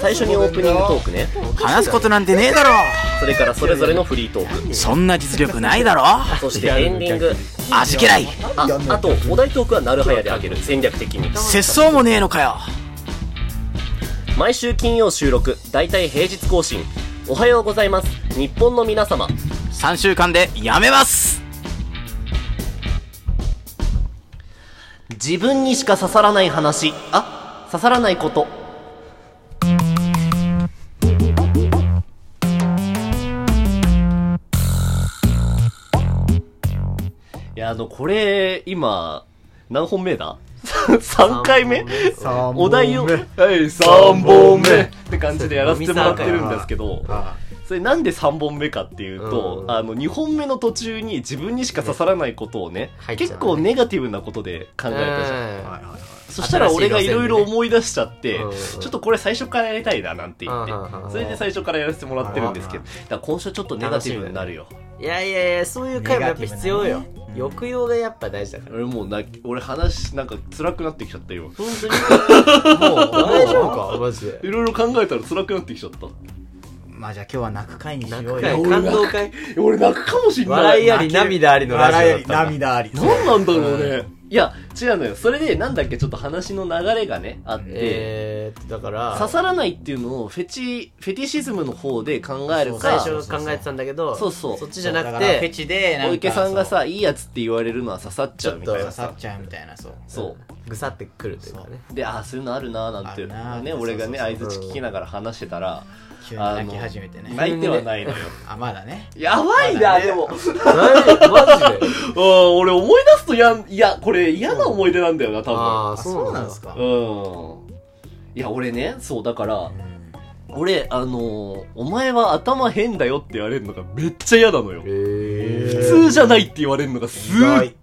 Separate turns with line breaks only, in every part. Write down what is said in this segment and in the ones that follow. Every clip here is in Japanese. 最初にオープニングトークね
話すことなんてねえだろ
それからそれぞれのフリートーク
そんな実力ないだろ
そしてエンディング
味嫌い
ああとお題トークはなるはやであげる戦略的に
節操もねえのかよ
毎週金曜収録大体平日更新おはようございます日本の皆様
3週間でやめます
自分にしか刺さらない話あ刺さらないこといやあのこれ今何本目だ3回目お題をはい3本目って感じでやらせてもらってるんですけど
あ
それなんで3本目かっていうと、
うん
あの2本目の途中に自分にしか刺さらないことをね
入っちゃうね
結構ネガティブなことで考えたじ
あ
ゃん、
はいはいはい
そしたら俺がいろいろ思い出しちゃって、
うん
ちょっとこれ最初からやりたいななんて言って
うん、
それで最初からやらせてもらってるんですけど、
うん
だから今週ちょっとネガティブになるよ。
いやいやいやそういう回もやっぱ必要よ、
ネガティブなね
抑揚がやっぱ大事だから
俺もうな、俺話なんか辛くなってきちゃったよ。
本当にもう大丈夫かマジで
いろいろ考えたら辛くなってきちゃった。
まあじゃあ今日は泣く会にし
泣
よ
く
う
会
よ
感動会
俺泣くかもしんない。
笑いあ
泣
り
ける
涙ありのラジオだ
笑
っ
い
たな
涙あり
何なんだろうね。いや、違うのよ。それで、なんだっけ、ちょっと話の流れがね、あって、
えーっとだから
刺さらないっていうのをフェチ、フェティシズムの方で考える
そう
最
か、
初考えてたんだけど
そうそう
そっちじゃな
だ
く
からフェ
て
チでなんか
小池さんがさ、いいやつって言われるのは刺さっちゃうみたい
そう
な
刺。さっちゃうみたいなそう
そう。
ぐさってくるというかね
で、ああ、そういうのあるなーなんて、
あるなー
ね、
そうそうそう
俺がね、相づち聞きながら話してたら、
急に泣き始めてね
泣いてはないのよ。
あまだね
やばいな、でも。
何マジで
うん、俺思い出すとやん、いや、これ嫌な思い出なんだよな、多
ああそうなんですか
か
分。うん。いや、俺ね、そう、だから、俺、あのーお前は頭変だよって言われるのがめっちゃ嫌なのよ。
え
普通じゃないって言われるのがすっ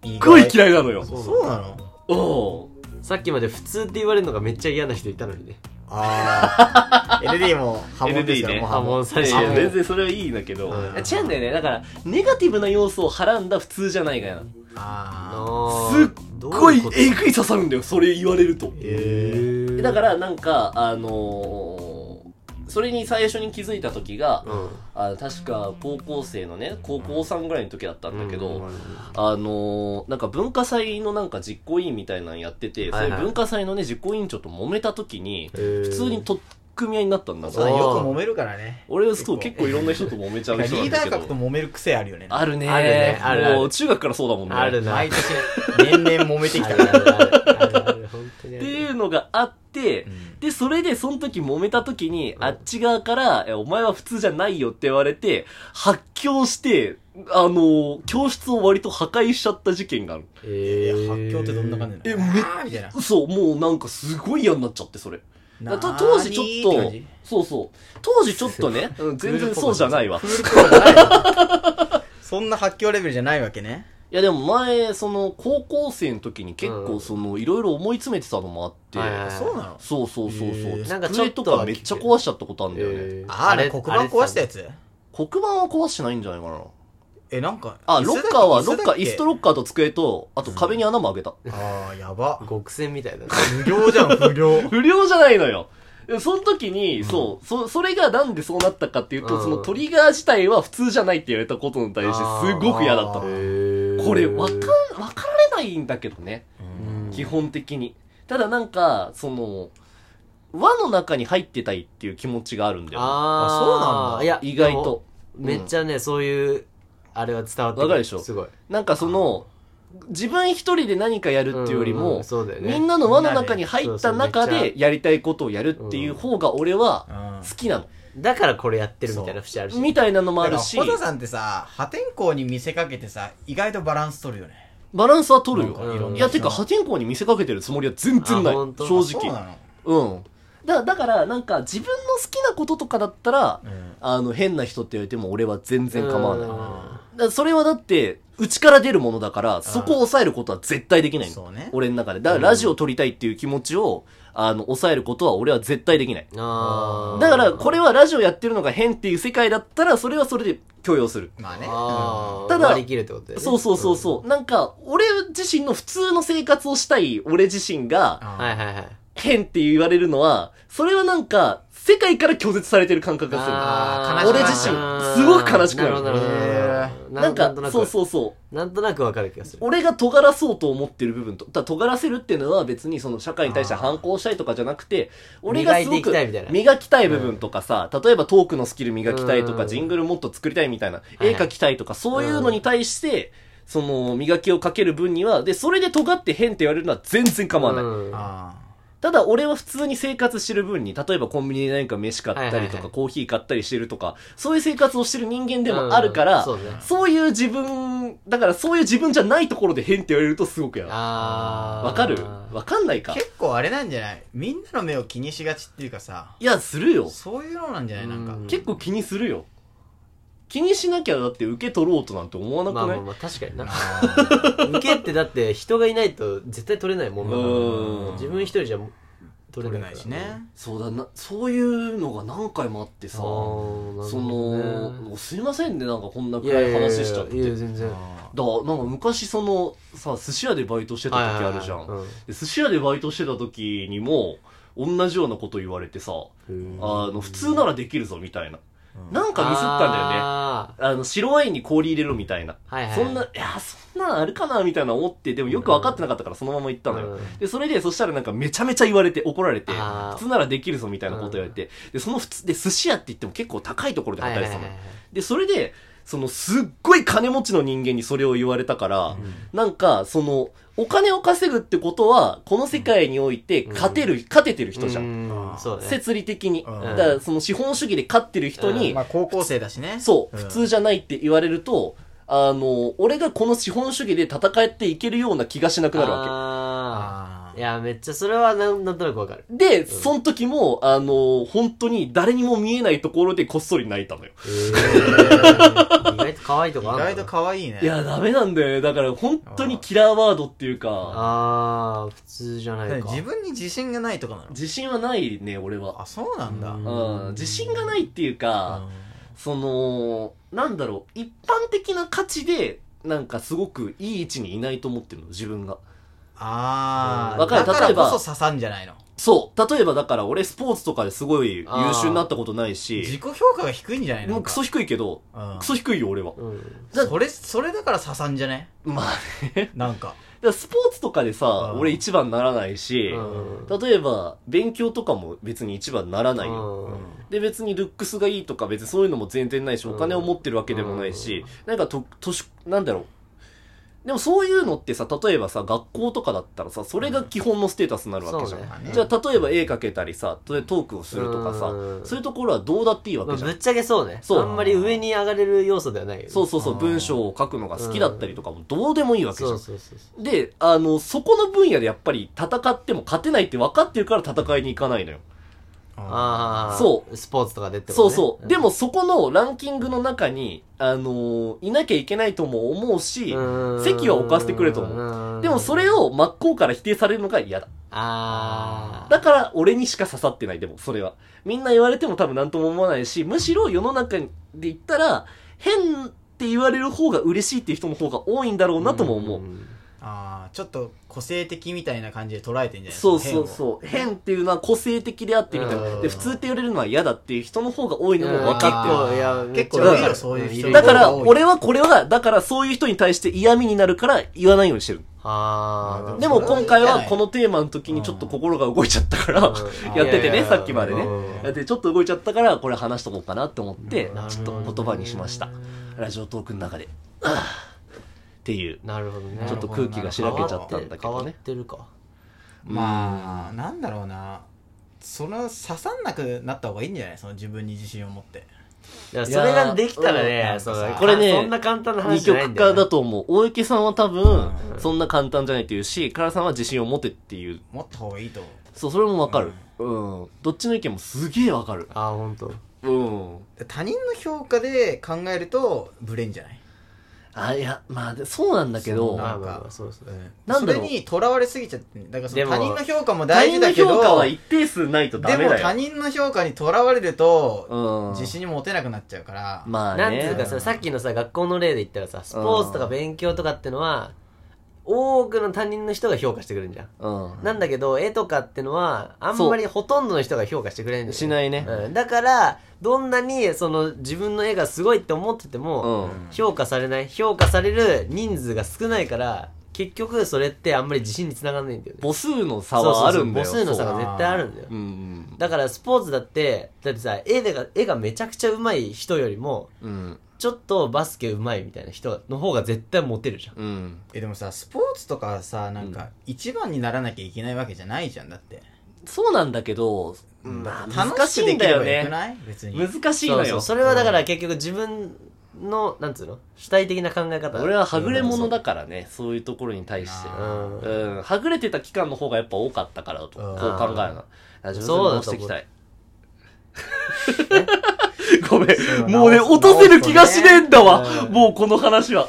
意
ご
外
い嫌いなのよ。
そうなの
うん。
さっきまで普通って言われるのがめっちゃ嫌な人いたのにね
あ あ LD も波紋ですよ
LD ね
もう
破門され
い
て
や
る
全然それはいいんだけど、
うん
いや違うんだよねだからネガティブな要素をはらんだ普通じゃないがやな
あ
すっごいえぐい刺さるんだよそれ言われると
え
だからなんかあのーそれに最初に気づいた時が、
うん
あ確か高校生のね高校3ぐらいの時だったんだけど、
うん
あのーなんか文化祭のなんか実行委員みたいなのやってて、
はいはい
それ文化祭のね実行委員長と揉めた時に
普
普通に取っ組み合いになったんだ
あ
な
そうだよく揉めるからね
俺はそう結構いろんな人と揉めちゃ
リ
う人なん
ー
だ
ダ
け
ー
ど
格と揉める癖あるよね
あるね
あるねあるある
もう中学からそうだもんね
あるな
毎年年々揉めてきたから
っ
って
いうのがあって、
ん
で、それで、その時揉めた時に、あっち側から、えお前は普通じゃないよって言われて、発狂して、あのー教室を割と破壊しちゃった事件がある。
い
え
や発狂ってどんな感じなの
えめっ
あーみたいな
そう、もうなんかすごい嫌になっちゃって、それ。だと
なー
当時ちょ
にー
っと
て感じ、
そうそう。当時ちょっと ね、うん全然そうじゃないわ。
クールポコじゃないのそんな発狂レベルじゃないわけね
いやでも前、その、高校生の時に結
う
構、
ん
その、いろいろ思い詰めてたのもあって、
はいはいはい
そうなの
そうそうそうそう。
へー
なんかちょ
机
っと
と
は
かめっちゃ壊しちゃったことあるんだよね。
ああれ黒板壊したや
つ
つ
黒板は壊してないんじゃないかな。
えなんか
あ、ロッカーは、ロッカー、椅子と
ス
ロッカーと机と、あと壁に穴も開けた。
ああや ば
極戦みたいな
不良じゃん不良
不良じゃないのよ。で その時に、そう、そ、それがなんでそうなったかっていうと、
うん
そのトリガー自体は普通じゃないって言われたことに対して、
あ
す
ー
ごく嫌だったの。こ
こ
れ、わかん、わかられないんだけどね。基本的に。ただなんか、その、輪の中に入ってたいっていう気持ちがあるんだよ。
ああ
あそうなんだ
いや
意外と。
でもめっちゃねそういうあれは伝わって
わかるでしょ
すごい
なんかその、自分一人で何かやるっていうより
うんう
も
ん、そうだよね
みんなの輪の中に入った中
そうそうめっ
でやりたいことをやるっていう方が俺は
うん
好きなの。
だからこれやってるみたいな節あるし
みたいなのもあ
だか
る
ら
し
ホ、トさんってさ破天荒に見せかけてさ意外とバランス取るよね
バランスは取る
なんか
よ。
いろんない
や、てか破天荒に見せかけてるつもりは全然ない。正
あ本当
そう
直。
な
うん。だだから、なんか自分の好きなこととかだったら、
のうん
あの、変な人って言われても俺は全然構わない。だか
な
らそれはだって、内から出るものだから、そこを抑えることは絶対できないの。
そうね
俺の中で。だからラジオ撮りたいっていう気持ちを、あの、抑えることは俺は絶対できない。
あー
だから、これはラジオやってるのが変っていう世界だったら、それはそれで許容する。
まあね
あー
ただ
割り切るってことだよね
そうそうそうそう。なんか、俺自身の普通の生活をしたい俺自身が、
うんはいはいはい
変って言われるのは、それはなんか、世界から拒絶されてる感覚が
あ
する。俺
ー悲し
自
く
身
なる、
すごく悲しくな
なるほどなる
る。
ほど
な
なんんなんと
か
な、く
そうそうそう。
なんとなくわかる気がする
俺が尖らそうと思ってる部分と、だから尖らせるっていうのは別にその社会に対して反抗したいとかじゃなくて、俺がすごく
磨いていきたいみたいな
磨きたい部分とかさ、例えばトークのスキル磨きたいと
う
か、
ん
ジングルもっと作りたいみたいな、
いはい
絵描きたいとか、そういうのに対して、その磨きをかける分には、で、それで尖って変って言われるのは全然構わない。
うん
あ
ただ俺は普通に生活してる分に、例えばコンビニで何か飯買った
はい
り
はい
と
は
か、
い
コーヒー買ったりしてるとか、そういう生活をしてる人間でもあるか
うん
ら
そうね、
そういう自分、だからそういう自分じゃないところで変って言われるとすごくやだ。
あー
わかるわかんないか。
結構あれなんじゃないみんなの目を気にしがちっていうかさ
いや、するよ。
そういうのなんじゃないなんか
うん
結構気にするよ。気にしなきゃだって受け取ろうとなんて思わな
まあ
く
ま
ない
あまあ確かにな受けってだって人がいないと絶対取れないもんだ
う
か
ん
ら自分一人じゃ取
取
れ
れ
な
ないい
から
しね
そうだな、そういうのが何回もあって
あ
さ、
ーなる
そ
ほどね
の、すいませんね、なんかこんない
や
暗い
いやいや
話しちゃって。
いや全然
だからなんか昔そのさ寿司屋でバイトしてた時あるじゃん、
はいはいはいうん
で寿司屋でバイトしてた時にも同じようなこと言われてさ、
ん
あの普通ならできるぞみたいな、なんかミスったんだよねあ
あ
の白ワインに氷入れろみたいな、
はいはい
そんないやそんなんあるかなみたいな思ってでもよく分かってなかったからそのまま行ったのよ、
うん
でそれでそしたらなんかめちゃめちゃ言われて怒られて
あー
普通ならできるぞみたいなこと言われて、でその普通で寿司屋って言っても結構高いところで
ーはい
働
はいい
て
は
た
い
のよ、で、それで、そのすっごい金持ちの人間にそれを言われたから、なんか、その、お金を稼ぐってことは、この世界において勝てる、勝ててる人じゃん。
うんそうだね
設理的に。
うん
だから、その資本主義で勝ってる人に、
まあ高校生だしね
そう、
ん
普通じゃないって言われると、あの、俺がこの資本主義で戦っていけるような気がしなくなるわけ。
あ
あ
ーいやめっちゃそれはなんなんとなくわかる
で、その時も、あの、本当に誰にも見えないところでこっそり泣いたのよ。
えー 意外と可愛いと
ー
こ
意
あんだな
外と可愛いね
いや、ダメなんだよね。だから、本当にキラーワードっていうか、
あー普通じゃ
だ
な
から
いか
自分に自信がないとかなの
自信はないね俺は
あそうなんだ
うん
うん自信がないっていうか、そのなんだろう一般的な価値でなんかすごくいい位置にいないと思ってるの自分が
あ
わ
あ
かる
だから
例えば
こそ刺さんじゃないの
そう例えばだから俺スポーツとかですごい優秀になったことない
自己
し
評価が低いんじゃないの
もうクソ低いけど、
うん
クソ低いよ俺は
うん
だ
それそれだから刺さんじゃね
まあね
なんか
だからスポーツとかでさ
うん
俺一番ならないし、
うん
例えば勉強とかも別に一番ならないよ、
うん
で別にルックスがいいとか別にそういうのも全然ないしお金を持ってるわけでもないし、なんかととしなんだろうでもそういうのってさ例えばさ学校とかだったらさそれが基本のステータスになるわけじゃん、
そうね
じゃあ例えば絵描けたりさトークをするとかさ、
うん
そういうところはどうだっていいわ
まあ
けじゃん、
ぶっちゃけそうね
そう
あんまり上に上がれる要素ではないよね
そうそうそう
うん
文章を書くのが好きだったりとかもどうでもいいわけじゃん、
そうそうそうそ
であのそこの分野でやっぱり戦っても勝てないって分かってるから戦いに行かないのよ
うああ
そう
スポーツとかでってこと
そう
ね
そう。でもそこのランキングの中に、あのーいなきゃいけないとも思うし、
うん
席は置かせてくれと思
ん
でもそれを真っ向から否定されるのが嫌だ。
ああ
だから俺にしか刺さってない、でもそれは。みんな言われても多分何とも思わないし、むしろ世の中で言ったら、変って言われる方が嬉しいっていう人の方が多いんだろうなとも思う。
ん
ああちょっと個性的みたいな感じで捉えてんじゃない
そうそうそう。変っていうのは個性的であってみたいな。
うん
で、普通って言われるのは嫌だっていう人の方が多いのも分かってる。
いや
変を
結
結
構
構
い
い
や
るよそういう
いる
人
だから、
多い
俺はこれは、だからそういう人に対して嫌味になるから言わないようにしてる。
あ
でも今回はこ
の
のテーマの時にちょっと心が動いちゃったから、
あ
やってて
いやい
ね、
や
さっきまでね
うん。
やってちょっと動いちゃったから、これ話しとこうかなって思って
な、る
ち
ほ
ょっ
どね
と言葉にしました。ラジオトークの中で。 ああっていう、
なるほどね
ちょっと空気がしらけちゃったんだけ
変わ
ど
っ
ね。
てるか
まあなんだろうなその刺さんなくなった方がいいんじゃないその自分に自信を持って
いやそれができたら
い
ね
や
そう
なんかさ
これね
そんな簡単な話
二
じゃない
極
んだよ
化
ね
だと思う。大池さんは多分、
う
そんな簡単じゃないっていうし、唐さんは自信を持てっていう。
持った方がいいと思う
そう、それもわかる。うん。どっちの意見もすげえわかる。
ああ本当
うん。
で他人の評価で考えるとブレんじゃない
あ、いや、まあ、でそうなんだけど、
そ
ま
な
あまあまあそうですね
なんだろう
それにとらわれすぎちゃってだからそ
で
の
も
他人の評価も
他
大事
人
だ
の
けど
評価は一定数ないとダ
で
メ
も
だ
他
よ。
人の評価にとらわれると、
うん。
自信に持てなくなっちゃうから、
まあ
なんつう
ね
か。ささっきのさ学校の例で言ったらさスポーツとか勉強とかってのは多くの担任の人が評価してくれるんじゃん
うん。
なんだけど絵とかってのはあんまりほとんどの人が評価してくれないんだよ
しないね
うんだからどんなにその自分の絵がすごいって思ってても、
うん
評価されない評価される人数が少ないから結局それってあんまり自信につながんないんだよね
母数の差はあるんだよ。
そうそうそう母数の差が絶対あるんだよ
そう。うん。
だからスポーツだってだってさ絵が絵がめちゃくちゃ上手い人よりも
うん。
ちょっとバスケ上手いみたいな人の方が絶対モテるじゃん
うん。
えでもさスポーツとかさなんか一番にならなきゃいけないわけじゃないじゃんだって
そうなんだけど、まあ、難
楽
し
しく
い
で
ん
き
だ
れ
よ
ばよく
ね。
ない別に
難しい
そう
の
そ
よ。
うそれはだから結局自分の、なんつうの主体的な考え方
俺ははぐれ者だからね、そういうところに対して。
うん
うん。はぐれてた期間の方がやっぱ多かったからだと、こう考えるな。あ
そうだ
してい
と
き
思う
たい。 ごめん。もうね、落とせる気がしねえんだわ。もうこの話は。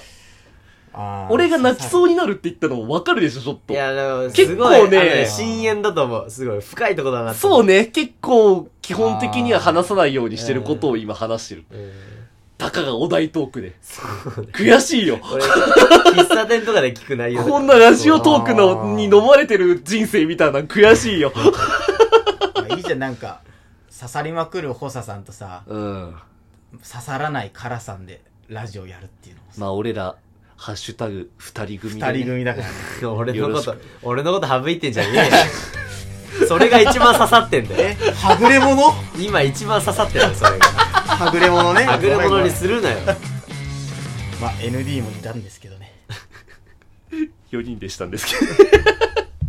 あー
俺が泣きそうになるって言ったのもわかるでしょ、ちょっ
い
と。
や、でも、
結
す
構
ご
ね
い、あのね、深淵だと思う。すごい、深いとこだな
そう
ね。
ね、結構、基本的には話さないようにしてることを今話してる。
うん
たかがお題トークで。
そうね。
悔しいよ。
俺、喫茶店とかで聞く内容だから
こんなラジオトークの、に飲まれてる人生みたいなの悔しいよ。
あいいじゃんなんか刺さりまくる補佐さんとさ
うん。
刺さらないカラさんでラジオやるっていうの
まあ俺ら、ハッシュタグ、二人組でね
二人組だからね
俺
よ
の
ろ
こ
し
と
く、
俺のこと省いてんじゃねえよ。それが一番刺さってんだよ。
はぐれ者
今一番刺さってるよ、それが。
はぐれ者ね
はぐれ
ごめんご
者
め
に
ん
するなよ。
まあ ND もいたんですけどね
4人でしたんですけど。